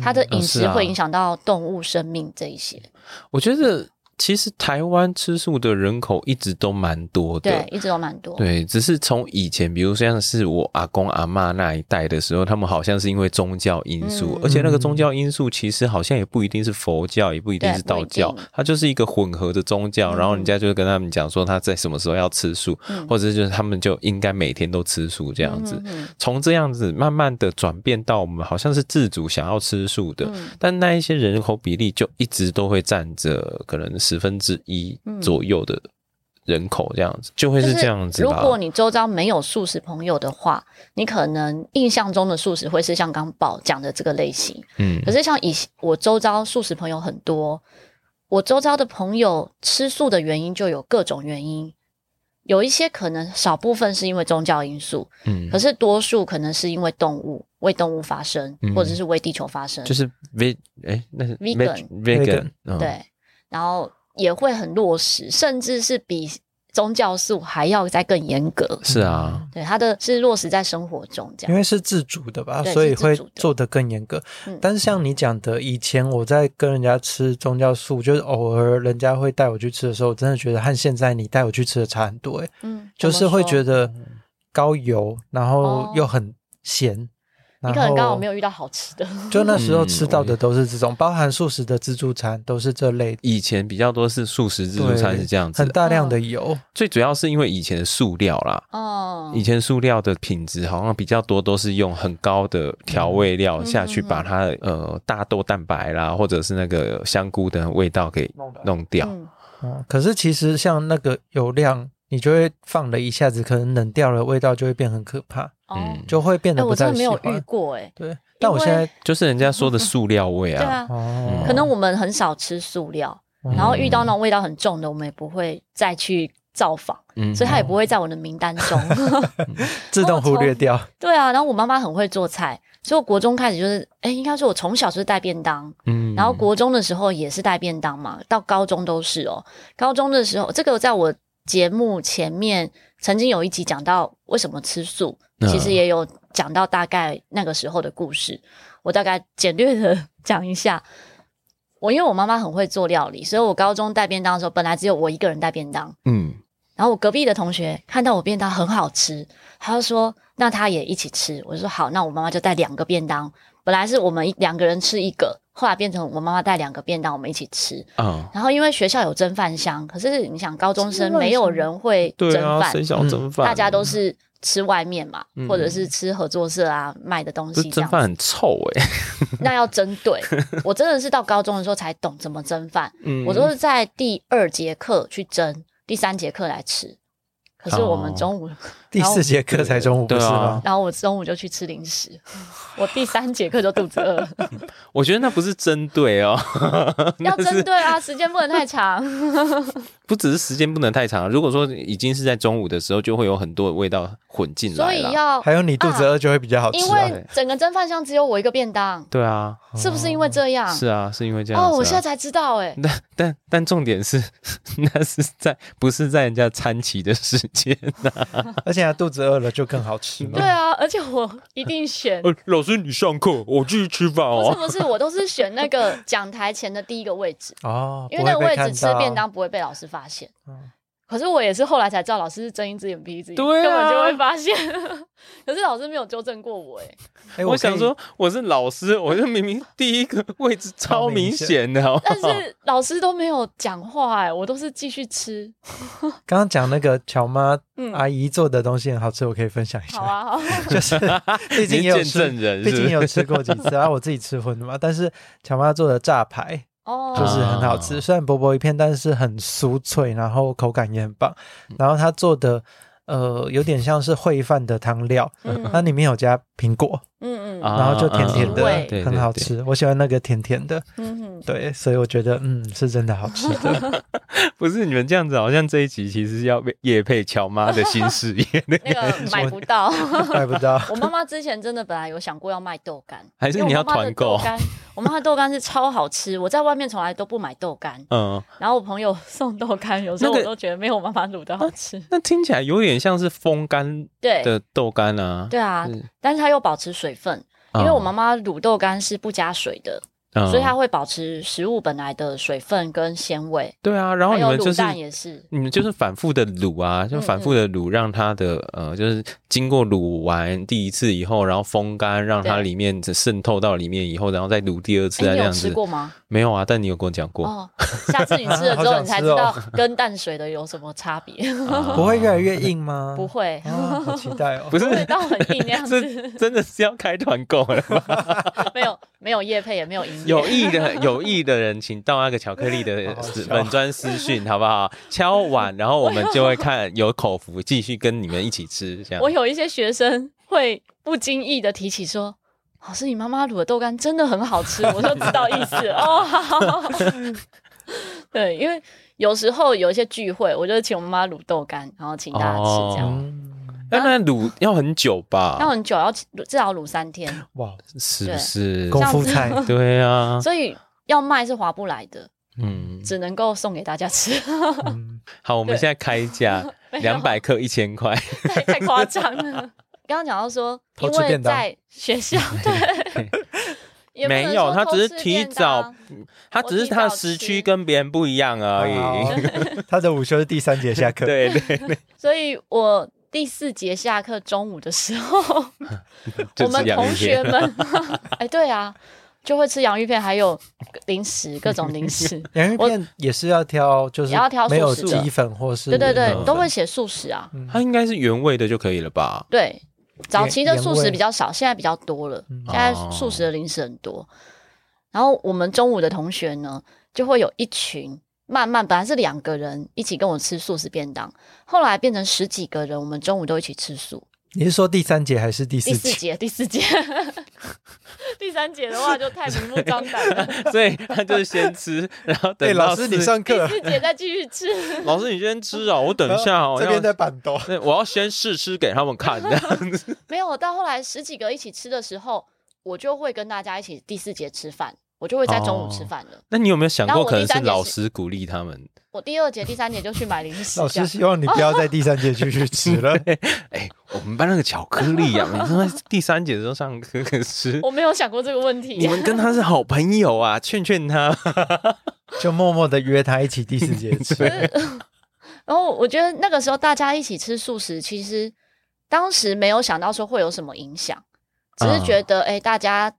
A: 他的
B: 嗯
A: 饮
B: 是
A: 食
B: 啊
A: 会影响到动物生命这一些。
B: 我觉得其实台湾吃素的人口一直都蛮多的，
A: 对，一直都蛮多。
B: 对，只是从以前，比如像是我阿公阿嬷那一代的时候，他们好像是因为宗教因素，
A: 嗯
B: 而且那个宗教因素其实好像也不一定是佛教，也不一定
A: 对
B: 是
A: 不一
B: 道教
A: 定，
B: 它就是一个混合的宗教。然后
A: 嗯
B: 人家就跟他们讲说他在什么时候要吃素，
A: 嗯
B: 或者是就是他们就应该每天都吃素这样子。
A: 嗯嗯嗯
B: 从这样子慢慢的转变到我们好像是自主想要吃素的，
A: 嗯
B: 但那一些人口比例就一直都会占着可能十分之一
A: 嗯
B: 左右的人口这样子，就会
A: 就是是
B: 这样子
A: 如
B: 吧。
A: 果你周遭没有素食朋友的话，你可能印象中的素食会是像刚宝讲的这个类型。
B: 嗯
A: 可是像以我周遭素食朋友很多，我周遭的朋友吃素的原因就有各种原因，有一些可能少部分是因为宗教因素，
B: 嗯
A: 可，是多数可能是因为动物为动物发声
B: 嗯，
A: 或者是为地球发声。
B: 就是 ve 哎、那是
A: Vegan
B: vegan，
C: Vegan，
B: 嗯，
A: 对，然后也会很落实，甚至是比宗教素还要再更严格。
B: 是
C: 嗯
B: 啊，
A: 对，它的是落实在生活中这
C: 因
A: 样。
C: 为是自主的吧，
A: 对
C: 所以
A: 是自
C: 会
A: 主的
C: 做得更严格。
A: 嗯
C: 但是像你讲的，以前我在跟人家吃宗教素，就是偶尔人家会带我去吃的时候，我真的觉得和现在你带我去吃的差很多、欸，
A: 嗯，
C: 就是会觉
A: 得
C: 得高油，然后
A: 哦
C: 又很咸。
A: 你
C: 然
A: 可能刚好
C: 后
A: 没有遇到好吃的。
C: 就 那时候吃到
B: 嗯我
C: 的都是这种，包含素食的自助餐都是这类的，
B: 以前比较多是素食自助
C: 对
B: 餐是这样子
C: 很
B: 的，
C: 大量的油。
B: 最主要是因为以前的塑料啦。
A: 哦，
B: 以前塑料的品质好像比较多，都是用很高的调味料
A: 嗯
B: 下去
A: 嗯嗯
B: 把它呃大豆蛋白啦，或者是那个香菇的味道给弄掉。
A: 嗯
C: 哦，可是其实像那个油量，你就会放了一下子，可能冷掉了，味道就会变很可怕，
A: 哦
B: 嗯，
C: 就会变
A: 哎，
C: 得
A: 我
C: 不
A: 真的
C: 太
A: 没
C: 喜
A: 有
C: 欢。
A: 遇过哎，
C: 对，但我现在
B: 就是人家说的塑料 味
A: 对
B: 啊，
A: 啊，
C: 哦，
A: 可能我们很少吃塑料，
C: 嗯
A: 然后遇到那种味道很重的，我们也不会再去造访，
B: 嗯
A: 所以它也不会在我的名单 中。
C: 自动忽略掉。
A: 对啊，然后我妈妈很会做菜，所以我国中开始就是，哎，应该说我从小就是带便当，
B: 嗯
A: 然后国中的时候也是带便当嘛，到高中都是哦。高中的时候，这个在我节目前面曾经有一集讲到为什么吃素，
B: 嗯
A: 其实也有讲到大概那个时候的故事，我大概简略的讲一下。我因为我妈妈很会做料理，所以我高中带便当的时候，本来只有我一个人带便当。
B: 嗯
A: 然后我隔壁的同学看到我便当很好吃，他就说：“那他也一起吃。”我就说：“好，那我妈妈就带两个便当。本来是我们一两个人吃一个，后来变成我妈妈带两个便当，我们一起吃。
B: 啊，
A: 然后因为学校有蒸饭箱，可是你想高中
D: 蒸
A: 生
D: 饭
A: 没有
D: 箱
A: 人会蒸
B: 对啊，
A: 饭，嗯
B: 谁想要蒸饭？
A: 大家都是吃外面嘛，
B: 嗯
A: 或者是吃合作社啊卖的东
B: 不
A: 西
B: 是
A: 这
B: 蒸
A: 样
B: 饭
A: 子。
B: 很臭哎、
A: 那要蒸 对，我真的是到高中的时候才懂怎么蒸饭。
B: 嗯
A: 我都是在第二节课去蒸，第三节课来吃。可是我
B: 哦
A: 们中午，
C: 第四节课才中午，不
B: 对
C: 是
B: 啊
C: 吗？
A: 然后我中午就去吃零 食，我第三节课就肚子饿了。
B: 我觉得那不是针对哦，
A: 要
B: 那是
A: 针对啊，时间不能太长。
B: 不只是时间不能太长。如果说已经是在中午的时候，就会有很多的味道混进
A: 所
B: 来
A: 以
B: 了。
A: 要
C: 还有你肚子饿就会比较好吃
A: 啊因
C: 啊。
A: 为整个蒸饭箱只有我一个便当，
B: 对啊，
A: 是不是因为这样？
B: 是啊，是因为这样、啊。嗯
A: 哦，我现在才知道哎、
B: 但但但重点是， 那是在不是在人家餐期的时间、
C: 而且他肚子饿了就更好吃嘛
A: 对。啊，而且我一定 选，
B: 呃， 老师你上课，我继续吃饭哦
A: 不是。不是，我都是选那个讲台前的第一个位置，
C: 哦，
A: 因为那个
C: 不会
A: 位
C: 被看
A: 置吃
C: 到
A: 便当不会被老师发现
C: 嗯。
A: 可是我也是后来才知道，老师是睁一只眼闭一只眼，
B: 对啊
A: 根本就会发现。 可是老师没有纠正过我、哎，
C: 哎，
B: 我
C: 可以
B: 想说，我是老师，我就明明第一个位置超
C: 超
B: 明
C: 明
B: 显的，好不好
A: 但是老师都没有讲话、哎，我都是继续吃。
C: 刚刚讲那个乔妈
A: 嗯，
C: 阿姨做的东西很好吃，我可以分享一
A: 好
C: 下。
A: 啊，好啊，
C: 就是毕竟也有
B: 你是见证
C: 吃，
B: 人，是
C: 毕
B: 不
C: 竟
B: 是
C: 也有吃过几次啊，我自己吃荤的嘛。但是乔妈做的炸排
A: 哦，
C: 就是很好吃，
B: 啊
C: 虽然薄薄一片，但是很酥脆，然后口感也很棒。
B: 嗯
C: 然后她做的呃有点像是烩饭的汤料，
A: 嗯
C: 它里面有加苹果，
A: 嗯嗯
B: 啊
C: 然后就甜甜
A: 啊啊
C: 的，
B: 对
C: 很好吃。我喜欢那个甜甜的，
A: 嗯嗯，
C: 对，所以我觉得嗯是真的好吃 的。
B: 不是你们这样子，好像这一集其实是要被叶配乔妈的新事业，
A: 那个买不到。
C: 买不到，
A: 我妈妈之前真的本来有想过要卖豆干，
B: 还是你要团购
A: 因为我妈妈的豆干我妈的豆干是超好吃，我在外面从来都不买豆干，
B: 嗯，
A: 然后我朋友送豆干，有时候
B: 那个啊
A: 我都觉得没有我妈妈卤的好吃。
B: 那听起来有点像是风干
A: 对
B: 的豆干啊。
A: 对啊
B: 是，
A: 但是它又保持水分，
B: 嗯，
A: 因为我妈妈卤豆干是不加水的，
B: 嗯，
A: 所以它会保持食物本来的水分跟鲜味。
B: 对啊，然后
A: 还
B: 你
A: 有
B: 们就
A: 卤
B: 是
A: 蛋也是，
B: 你们嗯就是反复的卤啊，
A: 嗯
B: 就反复的卤，让它的呃，就是经过卤完第一次以后，然后风干，让它
A: 对
B: 里面只渗透到里面以后，然后再卤第二次
A: 哎，
B: 啊，
A: 你
B: 这
A: 有
B: 样
A: 吃
B: 子。
A: 过吗？
B: 没有啊，但你有跟我讲过，
A: 哦，下次你吃 了之
C: 好
A: 后，
C: 想
A: 你才
C: 吃
A: 知
C: 哦
A: 道跟淡水的有什么差别，
B: 啊
C: 不会越来越硬吗？
A: 不 会。
C: 啊，好期待哦！
B: 不是
A: 味道很硬那样
B: 是
A: 子，
B: 真的是要开团购 了吗？
A: 没有没有叶配，也没有营业，
B: 有意的有意的人，请到那个巧克力的
C: 好好笑
B: 粉砖私讯，好不好？敲碗，然后我们就会看有口福，继续跟你们一起吃。这样
A: 我有一些学生会不经意的提起说。老师，你妈妈卤的豆干真的很好 吃，我就知道意思了哦。好， 对，因为有时候有一些聚会，我就请我妈妈卤豆干，然后请大家吃这样。
B: 哦
C: 嗯，
B: 那那卤要很久
A: 要
B: 吧？
A: 很久，要卤至少卤三天，
B: 啊
C: 哇，
B: 是不是？
C: 功夫菜，
B: 对啊，
A: 所以要卖是划不来的，
B: 嗯，
A: 只能够送给大家吃，
C: 嗯
B: 好，我们
A: 对
B: 现在开价
A: 没有
B: 两百克一千块，
A: 太太夸张了。刚刚讲到说，
C: 偷
A: 因
C: 吃
A: 为
C: 便当
A: 在学校 对，也不能
B: 没有
A: 说
B: 他
A: 偷
B: 只是
A: 吃
B: 提
A: 便
B: 早
A: 当
B: 它只是它的时区跟别人不一样而已。
C: 好他的午休是第三节下 课，。
B: 对对，
A: 所以我第四节下课中午的时候，我
B: 就是
A: 们
B: 两
A: 同
B: 一
A: 学
B: 天。
A: 们，哎，对啊，就会吃洋芋片，还有零食，各种零食
C: 洋芋片也是要挑，就是
A: 也要挑素
C: 没有
A: 食的
C: 鸡粉或是
A: 对对对
C: 嗯，
A: 都会写素食啊。
B: 它应该是原味的就可以了吧？
A: 对，早期的素
C: 嗯盐味
A: 食比较少，现在比较多了。
C: 嗯
A: 现在素食的零食很多。然后我们中午的同学呢，就会有一群慢慢本来是两个人一起跟我吃素食便当，后来变成十几个人，我们中午都一起吃素。
C: 你是说第三节还是第
A: 第
C: 四
A: 四
C: 节？
A: 节，第四节， 第三节的话就太明目张胆了。
B: 所以他就是先吃，然后
C: 对，
B: 等到
C: 哎老师你
B: 四
C: 上课
A: 第，四节再继续吃，
B: 老师你先吃啊，我等一下哦，
C: 呃这边
B: 要
C: 在板凳，
B: 对，我要先试吃给他们看，这样 子。
A: 没有到后来十几个一起吃的时候，我就会跟大家一起第四节吃饭，我就会在中午
C: 哦
A: 吃饭了。
B: 那你有没有想
A: 然
B: 过，
A: 后我
B: 可能
A: 第
B: 是
A: 三节
B: 老
A: 是
B: 师鼓励他们？
A: 我第二节、第三节就去买零食，
C: 老
A: 这
C: 师
A: 样
C: 希望你不要在第三节继续吃了。
B: 哎，我们班那个巧克力啊，你说第三节的时候上课吃，
A: 我没有想过这个问题。
B: 你们跟他是好朋友啊，劝劝他。
C: 就默默的约他一起第四节 吃。
A: 然后我觉得那个时候大家一起吃素食，其实当时没有想到说会有什么影响，只是
B: 嗯
A: 觉得哎、诶大家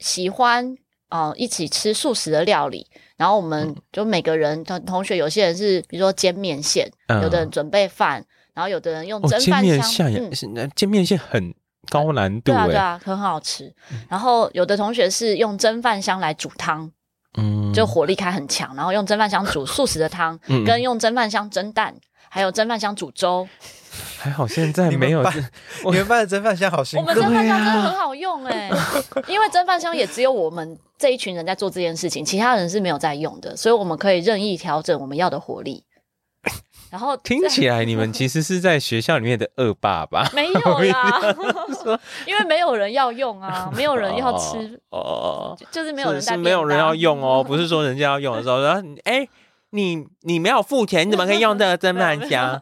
A: 喜欢啊、呃一起吃素食的料理，然后我
B: 嗯
A: 们就每个人同同学，有些人是比如说煎面线，
B: 嗯
A: 有的人准备饭，然后有的人用
B: 哦，
A: 蒸
B: 煎
A: 饭
B: 面
A: 箱，
B: 线也，是那煎面线很高难度
A: 对啊对
B: 哎，
A: 啊，很好吃。然后有的同学是用蒸饭箱来煮汤，
B: 嗯，
A: 就火力开很强，然后用蒸饭箱煮素食的汤，
B: 嗯
A: 跟用蒸饭箱蒸蛋，还有蒸饭箱煮粥。
B: 还好现在
C: 你们
B: 没有
C: 班
B: 这，
C: 你们班的蒸饭箱好辛
A: 我
C: 苦
A: 们，蒸饭箱真的很好用哎、
B: 啊
A: 因为蒸饭箱也只有我们这一群人在做这件事情，其他人是没有在用的，所以我们可以任意调整我们要的火力。然后
B: 听起
A: 来
B: 来你们其实是在学校里面的恶霸吧？
A: 没有啦， 因为没有人要用啊，没有人要吃，
B: 哦，
A: 就就是没
B: 没
A: 有人
B: 是
A: 在
B: 没有人要用
A: 哦。
B: 哦，不是说人家要用的时候，然后你哎，你你没有付钱，你怎么可以用这个蒸饭箱？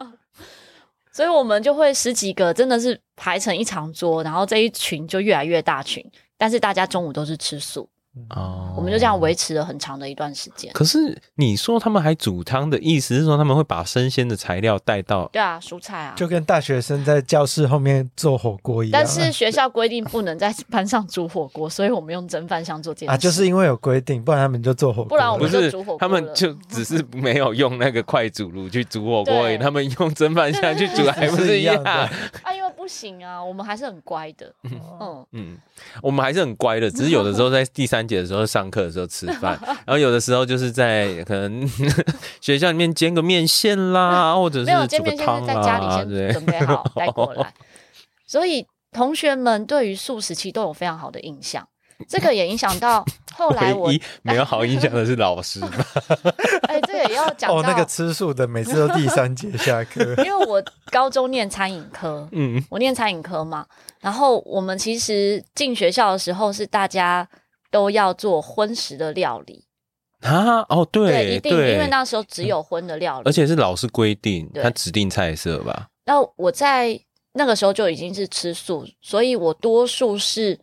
A: 所以我们就会十几个，真的是排成一长桌，然后这一群就越来越大群，但是大家中午都是吃素，
B: 哦
A: 我们就这样维持了很长的一段时间。
B: 可是你说他们还煮汤的意思是说他们会把生鲜的材料带到
A: 对啊，蔬菜啊，
C: 就跟大学生在教室后面做火锅一样。啊
A: 但是学校规定不能在班上煮火锅，所以我们用蒸饭箱做这件事。
C: 啊，就是因为有规定，不然他们就做火锅。
A: 不然我
B: 不
A: 们就是煮火锅
B: 他们
A: 了
B: 就只是没有用那个快煮炉去煮火锅而
A: 对
B: 已，他们用蒸饭箱去煮还不是一样
C: 是一样的？
A: 啊，因为不行啊，我们还是很乖的。嗯，
B: 嗯，我们还是很乖的，只是有的时候在第三节的时候上课的时候吃 饭，然后有的时候就是在可能 学校里面煎个面线啦，或者
A: 没有
B: 是
A: 见
B: 煮个
A: 面先
B: 汤
A: 是在家里
B: 啦，
A: 先
B: 对，
A: 准备 好带过来，所以同学们对于素食期都有非常好的印象。这个也影响到后来我
B: 唯一没有好印象的是老师吧，
A: 哎，这个也要讲到，，
C: 哦，那个吃素的每次都第三节下课
A: 因为我高中念餐饮科，
B: 嗯，
A: 我念餐饮科嘛，然后我们其实进学校的时候是大家都要做荤食的料理，
B: 啊，哦，
A: 对，
B: 对嗯
A: 一定，因为那时候只有荤的料理
B: 而。且是老师规定，
A: 对
B: 他指定菜色吧？
A: 那我在那个时候就已经是吃素，所以我多数是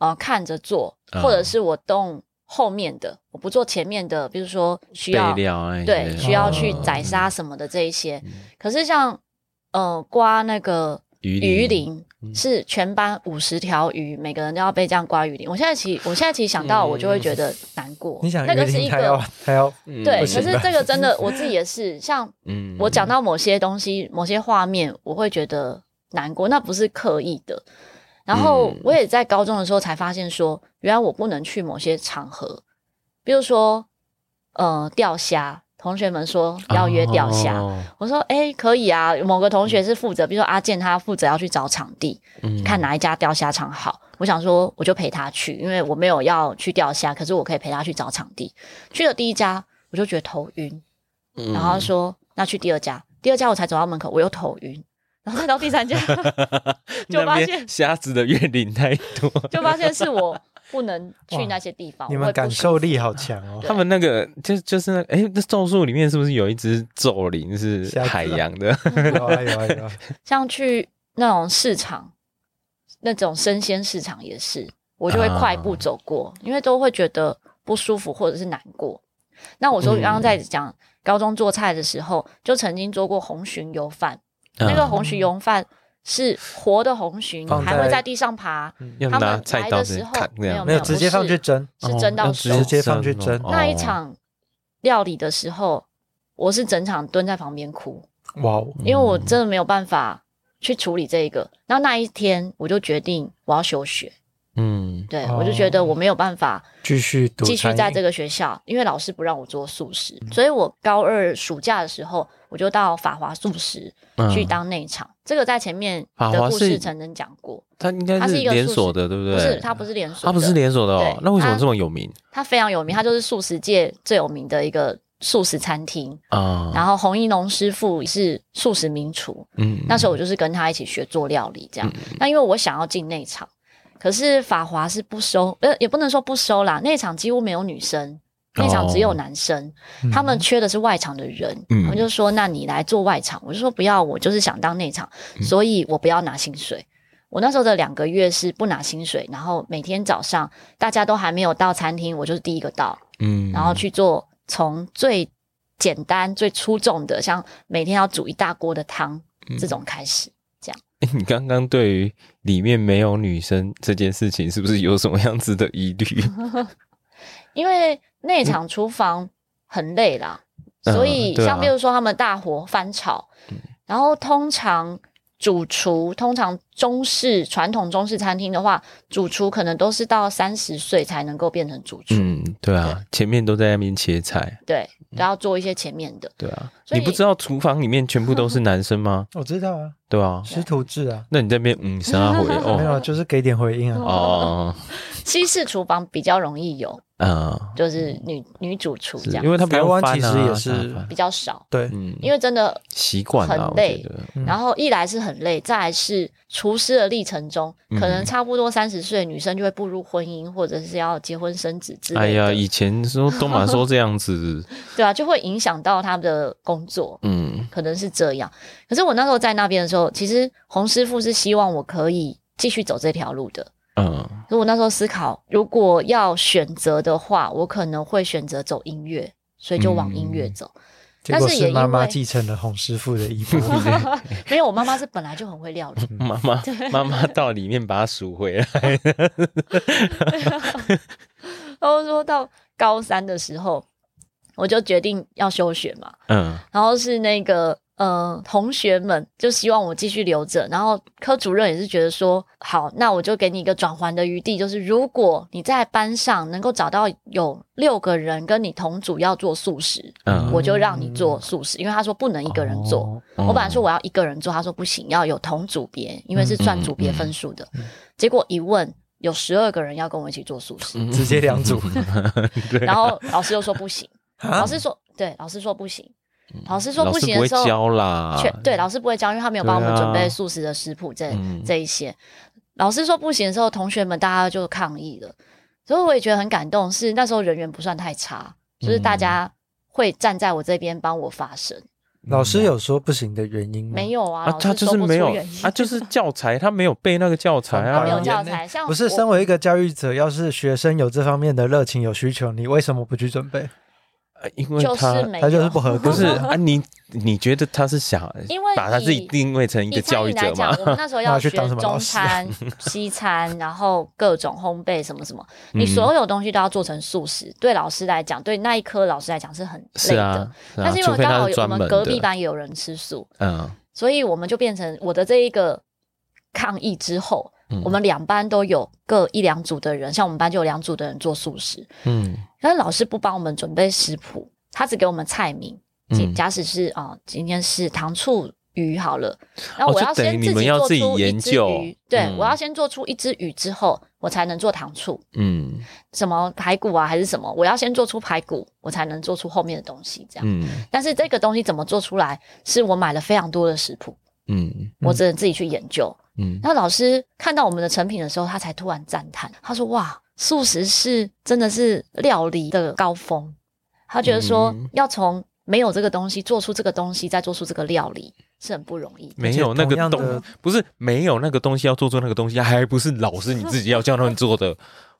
A: 呃看着做，
B: 嗯
A: 或者是我动后面的，我不做前面的，比如说需
B: 备
A: 要
B: 料那些
A: 对需要去
B: 哦嗯
A: 宰杀什么的这一些。可是像呃刮那个
B: 鱼
A: 鱼
B: 鳞嗯
A: 鳞是全班五十条鱼，每个人都要被这样刮鱼鳞。我现在其我现在其实想到我就会觉得难过，
C: 你 想
A: 那
C: 约
A: 个是
C: 定
A: 一
C: 他要
A: 个。
C: 他要
B: 嗯
A: 对，
C: 不
A: 可
C: 行
A: 是
C: 的
A: 这个真 的，我自己也是，像
B: 嗯
A: 我讲到某些东西、某些画面，我会觉得难过，那不是刻意的。然后
B: 嗯
A: 我也在高中的时候才发现说，原来我不能去某些场合，比如说，呃，钓虾，同学们说要约钓虾，
B: 嗯哦
A: 我说，哎、可以啊。某个同学是负责，比如说阿健，他负责要去找场地，
B: 嗯
A: 看哪一家钓虾场好。我想说，我就陪他去，因为我没有要去钓虾，可是我可以陪他去找场地。去了第一家，我就觉得头晕，
B: 嗯
A: 然后 说那去第二家，第二家我才走到门口，我又头晕， 然后再到第三家， 就
B: 那
A: 发
B: 边
A: 现
B: 虾子的月龄太多，
A: 就发现是我不能去
C: 哇
A: 那些地方。
C: 你
A: 我
C: 们
A: 会不
C: 感
A: 舒
C: 受
A: 服
C: 力好强哦
A: 对。
B: 他们那个就就是那哎，那咒术里面是不是有一只咒灵是
C: 虾子啊
B: 海洋 的？
C: 有啊有啊有啊，
A: 像去那种市场，那种生鲜市场也是，我就会快步走过，因为都会觉得不舒服或者是难过。那我说
B: 嗯
A: 刚刚在讲高中做菜的时候，就曾经做过红鲟油饭，那个
B: 啊
A: 红鲟油饭是活的红鲟，
C: 嗯放
A: 还会
C: 在
A: 在地上爬。
B: 要
A: 他们
B: 拿菜
A: 来
B: 刀
A: 的
B: 直
A: 时
B: 接
A: 候
B: 砍那样，
C: 嗯没
A: 没
C: 有
A: 有
C: 直
A: 不
C: 接放
A: 是
C: 去蒸，
A: 是蒸到
B: 要
A: 熟
C: 哦直接放去蒸
B: 哦
A: 那一场料理的时候，我是整场蹲在旁边哭，
C: 哇哦，
B: 嗯
A: 因为我真的没有办法去处理这一个。然后那一天我就决定我要休学，
B: 嗯
A: 对、
C: 哦
A: 我就觉得我没有办法
C: 继续读
A: 继续在这
C: 个
A: 个学校，因为老师不让我做素食，
B: 嗯
A: 所以我高二暑假的时候我就到法华素食
B: 嗯
A: 去当内场。这个在前面
B: 法华
A: 的故
B: 是
A: 事曾经讲过，
B: 它应该
A: 它是一个
B: 连
A: 素
B: 锁
A: 食
B: 的，对不对？
A: 不是它不是连锁，
B: 它不是，连锁的哦
A: 对，
B: 那为什么
A: 它
B: 这么有名
A: 它非常有名，它就是素食界最有名的一个素食餐厅。
B: 啊？
A: 然后洪一农师傅是素食名厨，
B: 嗯，
A: 那时候我就是跟他一起学做料理这样。那因为我想要进内场，可是法华是不收，呃，也不能说不收啦，内场几乎没有女生。
B: 哦
A: 内场只有男生，他们缺的是外场的人。
B: 嗯
A: 他们就说：“那你来做外场。”我就说：“不要，我就是想当内场，
B: 嗯
A: 所以我不要拿薪水。”我那时候的两个月是不拿薪水，然后每天早上大家都还没有到餐厅，我就是第一个到，
B: 嗯，
A: 然后去做从最简单、最出众的，像每天要煮一大锅的汤这种开始。
B: 诶 你刚刚对于里面没有女生这件事情，是不是有什么样子的疑 虑？
A: 因为内场厨房很累啦，
B: 嗯
A: 所以
B: 对啊嗯
A: 像比如说他们大火翻炒，然后通常主厨，通常中式传统中式餐厅的话，主厨可能都是到三十岁才能够变成主厨，
B: 嗯，对啊，前面都在那边切菜，
A: 对，都要做一些前面的。
B: 对啊，
A: 所
B: 你
A: 以
B: 不知道厨房里面全部都是男生 吗？
C: 我知道啊，
B: 对啊，
C: 师徒制啊，
B: 那你这边 嗯啥回
C: 没有
B: 哦
C: 啊就是给点回应啊。
B: 哦
A: 西式厨房比较容易有，
B: 啊，
A: 就是女女主厨
B: 是
A: 这样
B: 因为他不用
C: 台湾
B: 翻啊
C: 其实也是
B: 打翻
A: 比较少，
C: 对，
B: 嗯，
A: 因为真的
B: 习惯啊，
A: 很
B: 我
A: 累
B: 觉得
C: 嗯
A: 然后一来是很累，再来是厨师的历程中，
B: 嗯
A: 可能差不多三十岁女生就会步入婚姻，或者是要结婚生子之
B: 哎
A: 类的，
B: 呀，以前说东马说这 样子，
A: 对啊，就会影响到他们的工作，
B: 嗯
A: 可能是这样。可是我那时候在那边的时候，其实洪师傅是希望我可以继续走这条路的。
B: 嗯
A: 可是我那时候思考，如果要选择的话，我可能会选择走音乐，所以就往音
B: 嗯
A: 乐走。
C: 结果
A: 但是也
C: 是妈妈
A: 因为
C: 继承了洪师傅的衣钵。
A: 没 有，我妈妈是本来就很会料理，
B: 妈妈妈妈到里面把它赎回 来，
A: 然后说到高三的时候，我就决定要休学嘛。
B: 嗯
A: 然后是那个呃同学们就希望我继续留着，然后科主任也是觉得说，好，那我就给你一个转圜的余地，就是如果你在班上能够找到有六个人跟你同组要做素食，
B: 嗯，
A: 我就让你做素食，因为他说不能一个人做。
C: 哦
A: 我
B: 嗯
A: 本来说我要一个人做，他说不行，要有同组别，因为是算组别分数的。结果一问，有十二个人要跟我一起做素食，
B: 嗯
C: 直接两 组，
A: 然后老师又说不行，
C: 啊
A: 老师说对，老师说不行，老师说
B: 嗯老
A: 不
B: 师
A: 行
B: 不会
A: 的时候，
B: 教啦，
A: 全对老师不会教，因为他没有帮我
B: 对
A: 们
B: 啊
A: 准备素食的食谱这、
B: 嗯
A: 这一些。老师说不行的时候，同学们大家就抗议了。所以我也觉得很感动，是那时候人缘不算太差，就是
B: 嗯
A: 大家会站在我这边帮我发声。
C: 老师有说不行的原因吗？
A: 没有啊，
B: 啊，
A: 老师
B: 他就
A: 说
B: 是
A: 不
B: 没
A: 出
B: 有
A: 原因
B: 啊，就是教材，他没有备那个教材
A: 他
B: 啊。
A: 没有
C: 啊
A: 教材，像
C: 不是，
A: 我
C: 身为一个教育者，要是学生有这方面的热情、有需求，你为什么不去准备？
B: 呃因为
A: 就是
B: 他
A: 没有，
C: 他就是不合格，
B: 不是啊，你你觉得他是想
A: 因为
B: 把他自己
A: 以
B: 定位成一
A: 以
B: 个教育
A: 餐饮
B: 者
A: 来讲
B: 吗？
A: 我们那 时候
C: 那
A: 要
C: 去
A: 学
C: 当什么老
A: 中
C: 师啊
A: 餐、 西餐，然后各种烘焙什么什么，你
B: 嗯
A: 所有东西都要做成素食。对老师来讲，对那一科老师来讲是很累
B: 是
A: 的。
B: 啊，是啊
A: 但是因为
B: 除非
A: 刚
B: 他
A: 好
B: 是
A: 有我
B: 专
A: 们
B: 门
A: 隔壁
B: 的，
A: 班也有人吃素，
B: 嗯，
A: 所以我们就变成我的这一个抗议之后，
B: 嗯
A: 我们两班都有各一两组的人，像我们班就有两组的人做素食，
B: 嗯
A: 但是老师不帮我们准备食谱，他只给我们菜名。
B: 嗯，
A: 假使是啊、哦今天是糖醋鱼好了，然
B: 哦
A: 后我
B: 就
A: 要
B: 等于
A: 先
B: 你
A: 自
B: 们
A: 己
B: 要
A: 做
B: 自己
A: 出一
B: 研
A: 只
B: 究
A: 鱼，对、
B: 嗯
A: 我要先做出一只鱼之后，我才能做糖醋，
B: 嗯
A: 什么排骨啊还是什么，我要先做出排骨，我才能做出后面的东西这样。
B: 嗯
A: 但是这个东西怎么做出来，是我买了非常多的食谱，
B: 嗯
A: 我只能自己去研究。
B: 嗯，
A: 那老师看到我们的成品的时候，他才突然赞叹，他说：“哇，素食是真的是料理的高峰。”他觉得说
B: 嗯，
A: 要从没有这个东西做出这个东西，再做出这个料理，是很不容 易的。
B: 没有那
C: 而且
B: 个
C: 同样的
B: 东，不是没有那个东西要做出那个东西，还不是老师你自己要叫他们做的。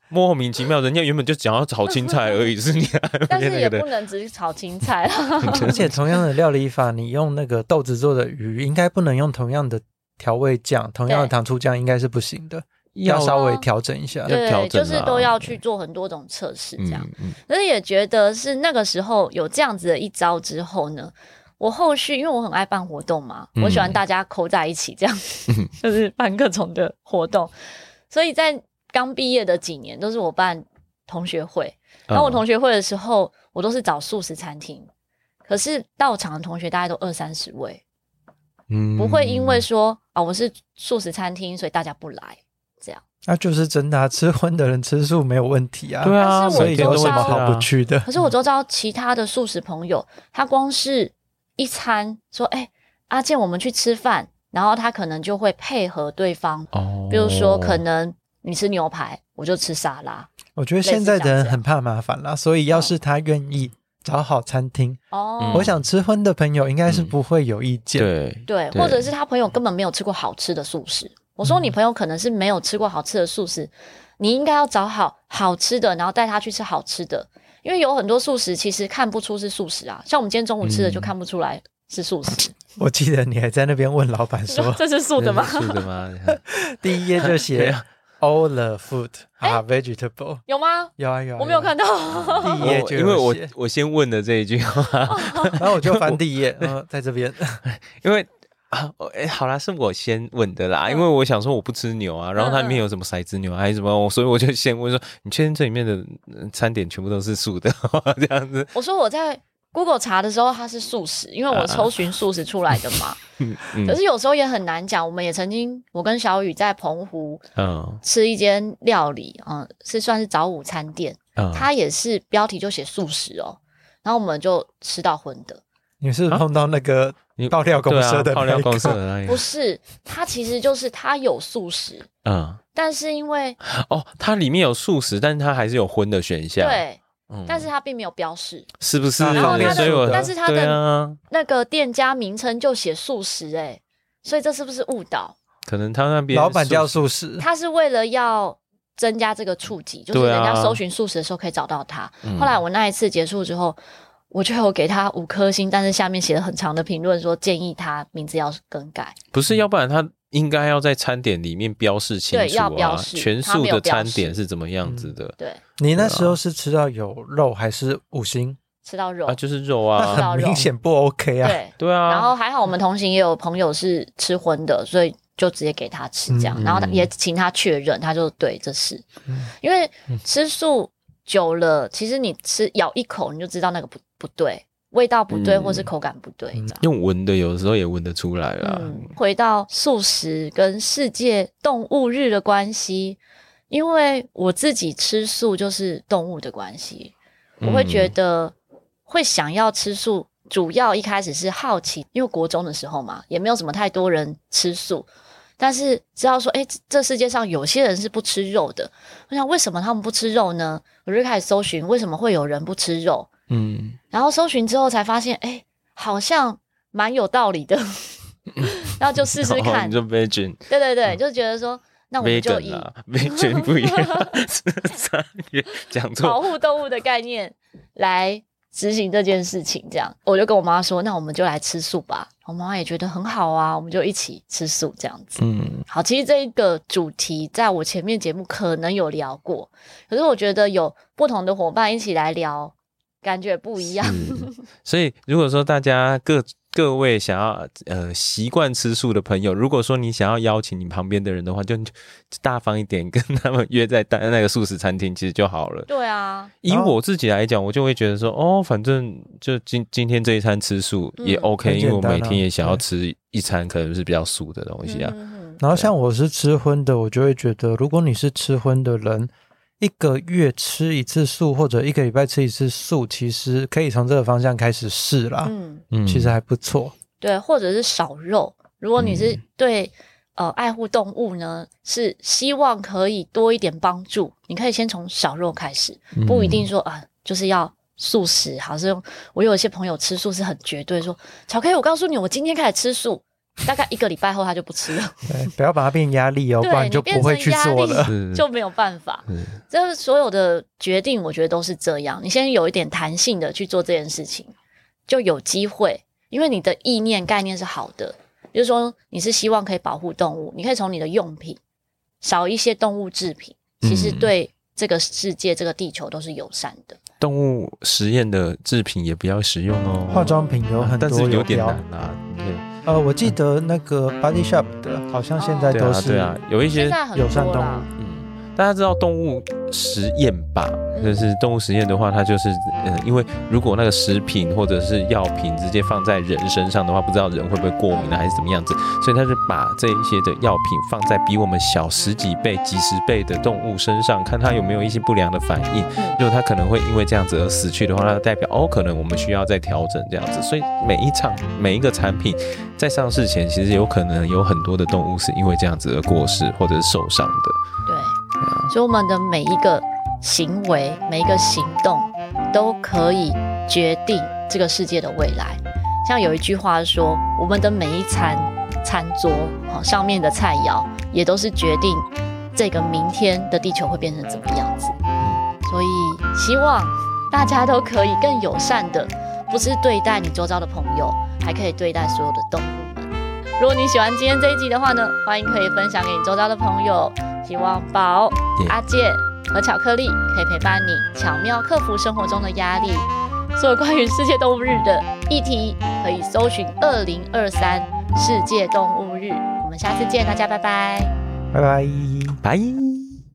B: 莫名其妙，人家原本就想要炒青菜而已，是你还
A: 但是
B: 没
A: 也
B: 那个
A: 不
B: 的，
A: 能只是炒青菜啊啦。
C: 而且同样的料理法，你用那个豆子做的鱼，应该不能用同样的调味酱、同样的
A: 对
C: 糖醋酱，应该是不行的，
B: 要
C: 要稍微
A: 啊
C: 调整一下。
B: 要调
A: 对，
B: 整啊
A: 就
B: 啦
A: 是都要去做很多种测试，这样。
B: 嗯
A: 可是也觉得是那个时候有这样子的一招之后呢，我后续因为我很爱办活动嘛，
B: 嗯
A: 我喜欢大家扣在一起，这 样、就是办各种的活动。所以在刚毕业的几年，都是我办同学会。然
B: 嗯
A: 后我同学会的时候，我都是找素食餐厅，可是到场的同学大概都二三十位，
B: 嗯
A: 不会因为说啊我是素食餐厅，所以大家不来。这样，
C: 那就是真的、啊，吃荤的人吃素没有问题啊。
B: 对啊，
A: 但是我
C: 所以
B: 每天
C: 有
B: 都
C: 什
B: 会
C: 么好不去的？
A: 可是我周遭其他的素食朋友，他光是一餐说，哎、阿健，我们去吃饭，然后他可能就会配合对方，
B: 哦
A: 比如说可能你吃牛排，我就吃沙拉。
C: 我觉得现在的人很怕麻烦啦，所以要是他愿意找好餐厅，
A: 哦，
B: 嗯
C: 我想吃荤的朋友应该是不会有意见。
B: 对
A: 对，
B: 对
A: 或者是他朋友根本没有吃过好吃的素食。我说你朋友可能是没有吃过好吃的素食，你应该要找好好吃的，然后带他去吃好吃的，因为有很多素食其实看不出是素食啊，像我们今天中午吃的就看不出来是素食，
C: 我记得你还在那边问老板
A: 你 说
C: 说，
A: 这是素的吗？
B: 是 的吗？
C: 第一页就写
B: 啊
C: all the food 啊 vegetable，
A: 有吗？
C: 有啊有啊，
A: 哎我
B: 哎
A: 没有看到，
C: 到第一页
B: 我
C: 就
B: 因为
C: 有
B: 我
C: 写，
B: 我先问的这一句
A: 哦
B: 话，
C: 然后我就翻第一页，嗯，在这边。
B: 因为啊，哎、诶好啦，是我先问的
A: 嗯
B: 啦，因为我想说我不吃牛啊，然后它里面有什么骰子牛啊还是什么，所以我就先问说，你确定这里面的呃餐点全部都是素的 这样子？
A: 我说我在 Google 查的时候它是素食，因为我搜寻素食出来的嘛。
B: 嗯
A: 可是有时候也很难讲，我们也曾经，我跟小雨在澎湖
B: 嗯
A: 吃一间料理，嗯，是算是早午餐店，
B: 嗯，
A: 它也是标题就写素食哦，然后我们就吃到荤的，
C: 你是不是碰到那个
B: 啊你
C: 爆料公社的
B: 对啊、爆料公社
C: 那一个
B: 的那一
A: 不
B: 个，
A: 是，它其实就是它有素食，
B: 嗯，
A: 但是因为
B: 哦，它里面有素食，但是它还是有荤的选项，，
A: 对，
B: 嗯
A: 但是它并没有标示。
B: 是不是？
C: 然后它的
B: 所以我
A: 但是它的
B: 对啊，
A: 那个店家名称就写素食、欸，所以这是不是误导？
B: 可能他那边
C: 老板叫
B: 素
C: 素食，
A: 他是为了要增加这个触及，就是
B: 对
A: 人
B: 啊
A: 家搜寻素食的时候可以找到他。
B: 嗯
A: 后来我那一次结束之后，我就有给他五颗星，但是下面写了很长的评论说建议他名字要更改。
B: 不是，要不然他应该要在餐点里面标示清楚、啊，
A: 对要标示
B: 全
A: 他
B: 素
A: 没有
B: 的
A: 标
B: 餐
A: 示
B: 点是怎么样子的。
A: 对，
C: 你那时候是吃到有肉还是五星？
A: 吃到肉，
B: 啊，就是肉
A: 吃到肉
B: 啊，
C: 很明显不 OK 啊。
A: 对。
B: 对啊，
A: 然后还好我们同行也有朋友是吃荤的，所以就直接给他吃这样，
B: 嗯
A: 然后他也请他确认，他就对这是，因为
B: 嗯
A: 吃素久了，其实你吃咬一口你就知道那个不不对，味道不对，
B: 嗯
A: 或是口感不对这样。
B: 用闻的有时候也闻得出来啦。
A: 嗯，回到素食跟世界动物日的关系，因为我自己吃素就是动物的关系，我会觉得会想要吃素，主要一开始是好奇，因为国中的时候嘛，也没有什么太多人吃素，但是知道说，哎，这这世界上有些人是不吃肉的。我想为什么他们不吃肉呢？我就开始搜寻为什么会有人不吃肉，
C: 嗯，
A: 然后搜寻之后才发现，哎，好像蛮有道 理的。然后就试试
B: 哦
A: 看
B: 你，说 Virgin
A: 对对对，就觉得说，那我们就
B: Vegan
A: 以
B: 啦，Virgin 不一样，是 差点讲
A: 保
B: 错。
A: 护动物的概念来执行这件事情。这样，我就跟我妈说，那我们就来吃素吧。我妈妈也觉得很好啊，我们就一起吃素这样子。
C: 嗯，
A: 好，其实这一个主题在我前面节目可能有聊过，可是我觉得有不同的伙伴一起来聊，感觉不一样。
B: 嗯，所以如果说大家各各位想要呃习惯吃素的朋友，如果说你想要邀请你旁边的人的话，就就大方一点，跟他们约在单那个素食餐厅其实就好
C: 哦
B: 了。
A: 对啊，
B: 以
C: 然后
B: 我自己来讲，我就会觉得说，哦，反正就今今天这一餐吃素
A: 嗯
B: 也 OK，、
C: 很
B: 因为我
C: 简单
B: 每
C: 啊
B: 天也想要
C: 对
B: 吃一餐可能是比较素的东西啊。
A: 嗯嗯嗯
C: 然后像我是吃荤的，我就会觉得，如果你是吃荤的人，一个月吃一次素或者一个礼拜吃一次素，其实可以从这个方向开始试啦，
A: 嗯，
B: 嗯
C: 其实还不错。
A: 对，或者是少肉。如果你是
B: 嗯
A: 对、呃爱护动物呢，是希望可以多一点帮助，你可以先从少肉开始，
C: 嗯
A: 不一
B: 嗯
A: 定说啊、就是要。素食好像我有一些朋友吃素是很绝对说，巧克力，我告诉你，我今天开始吃素，大概一个礼拜后他就不吃了。
C: 对，不要把它变压力哦，不
A: 对
C: 然就不会去做
A: 你变成压
C: 了。
B: 是
A: 就没有办法
B: 嗯。
A: 这所有的决定，我觉得都是这样。你先有一点弹性的去做这件事情，就有机会，因为你的意念概念是好的。比如说，你是希望可以保护动物，你可以从你的用品少一些动物制品，其实
B: 嗯
A: 对这个世界、这个地球都是友善的。
B: 动物实验的制品也比较实用哦。
C: 化妆品有很多
B: 但是有点
C: 标
B: 难啊。对
C: 呃，我记得那个 Body Shop 的，好像现在
A: 哦
B: 对
C: 都
B: 啊，
C: 是
B: 对啊，有一
A: 现
B: 些
A: 在很
C: 友善
A: 多
C: 动
A: 啦，
C: 物
B: 嗯，大家知道动物实验吧？就是动物实验的话，它就是嗯、呃因为如果那个食品或者是药品直接放在人身上的话，不知道人会不会过敏啊，还是怎么样子，所以它就把这一些的药品放在比我们小十几倍、几十倍的动物身上，看它有没有一些不良的反应。
A: 嗯
B: 如果它可能会因为这样子而死去的话，那代表哦，可能我们需要再调整这样子。所以每一场每一个产品在上市前，其实有可能有很多的动物是因为这样子而过世或者是受伤的。
A: 对，所以我们的每一个行为、每一个行动，都可以决定这个世界的未来。像有一句话说，我们的每一餐餐桌好上面的菜肴，也都是决定这个明天的地球会变成怎么样子。所以希望大家都可以更友善的，不是对待你周遭的朋友，还可以对待所有的动物们。如果你喜欢今天这一集的话呢，欢迎可以分享给你周遭的朋友。希望宝、
B: Yeah
A: 阿健和巧克力可以陪伴你，巧妙克服生活中的压力。所有关于世界动物日的议题，可以搜寻“二零二三世界动物日”。我们下次见，大家拜拜。
C: 拜拜。
B: 拜。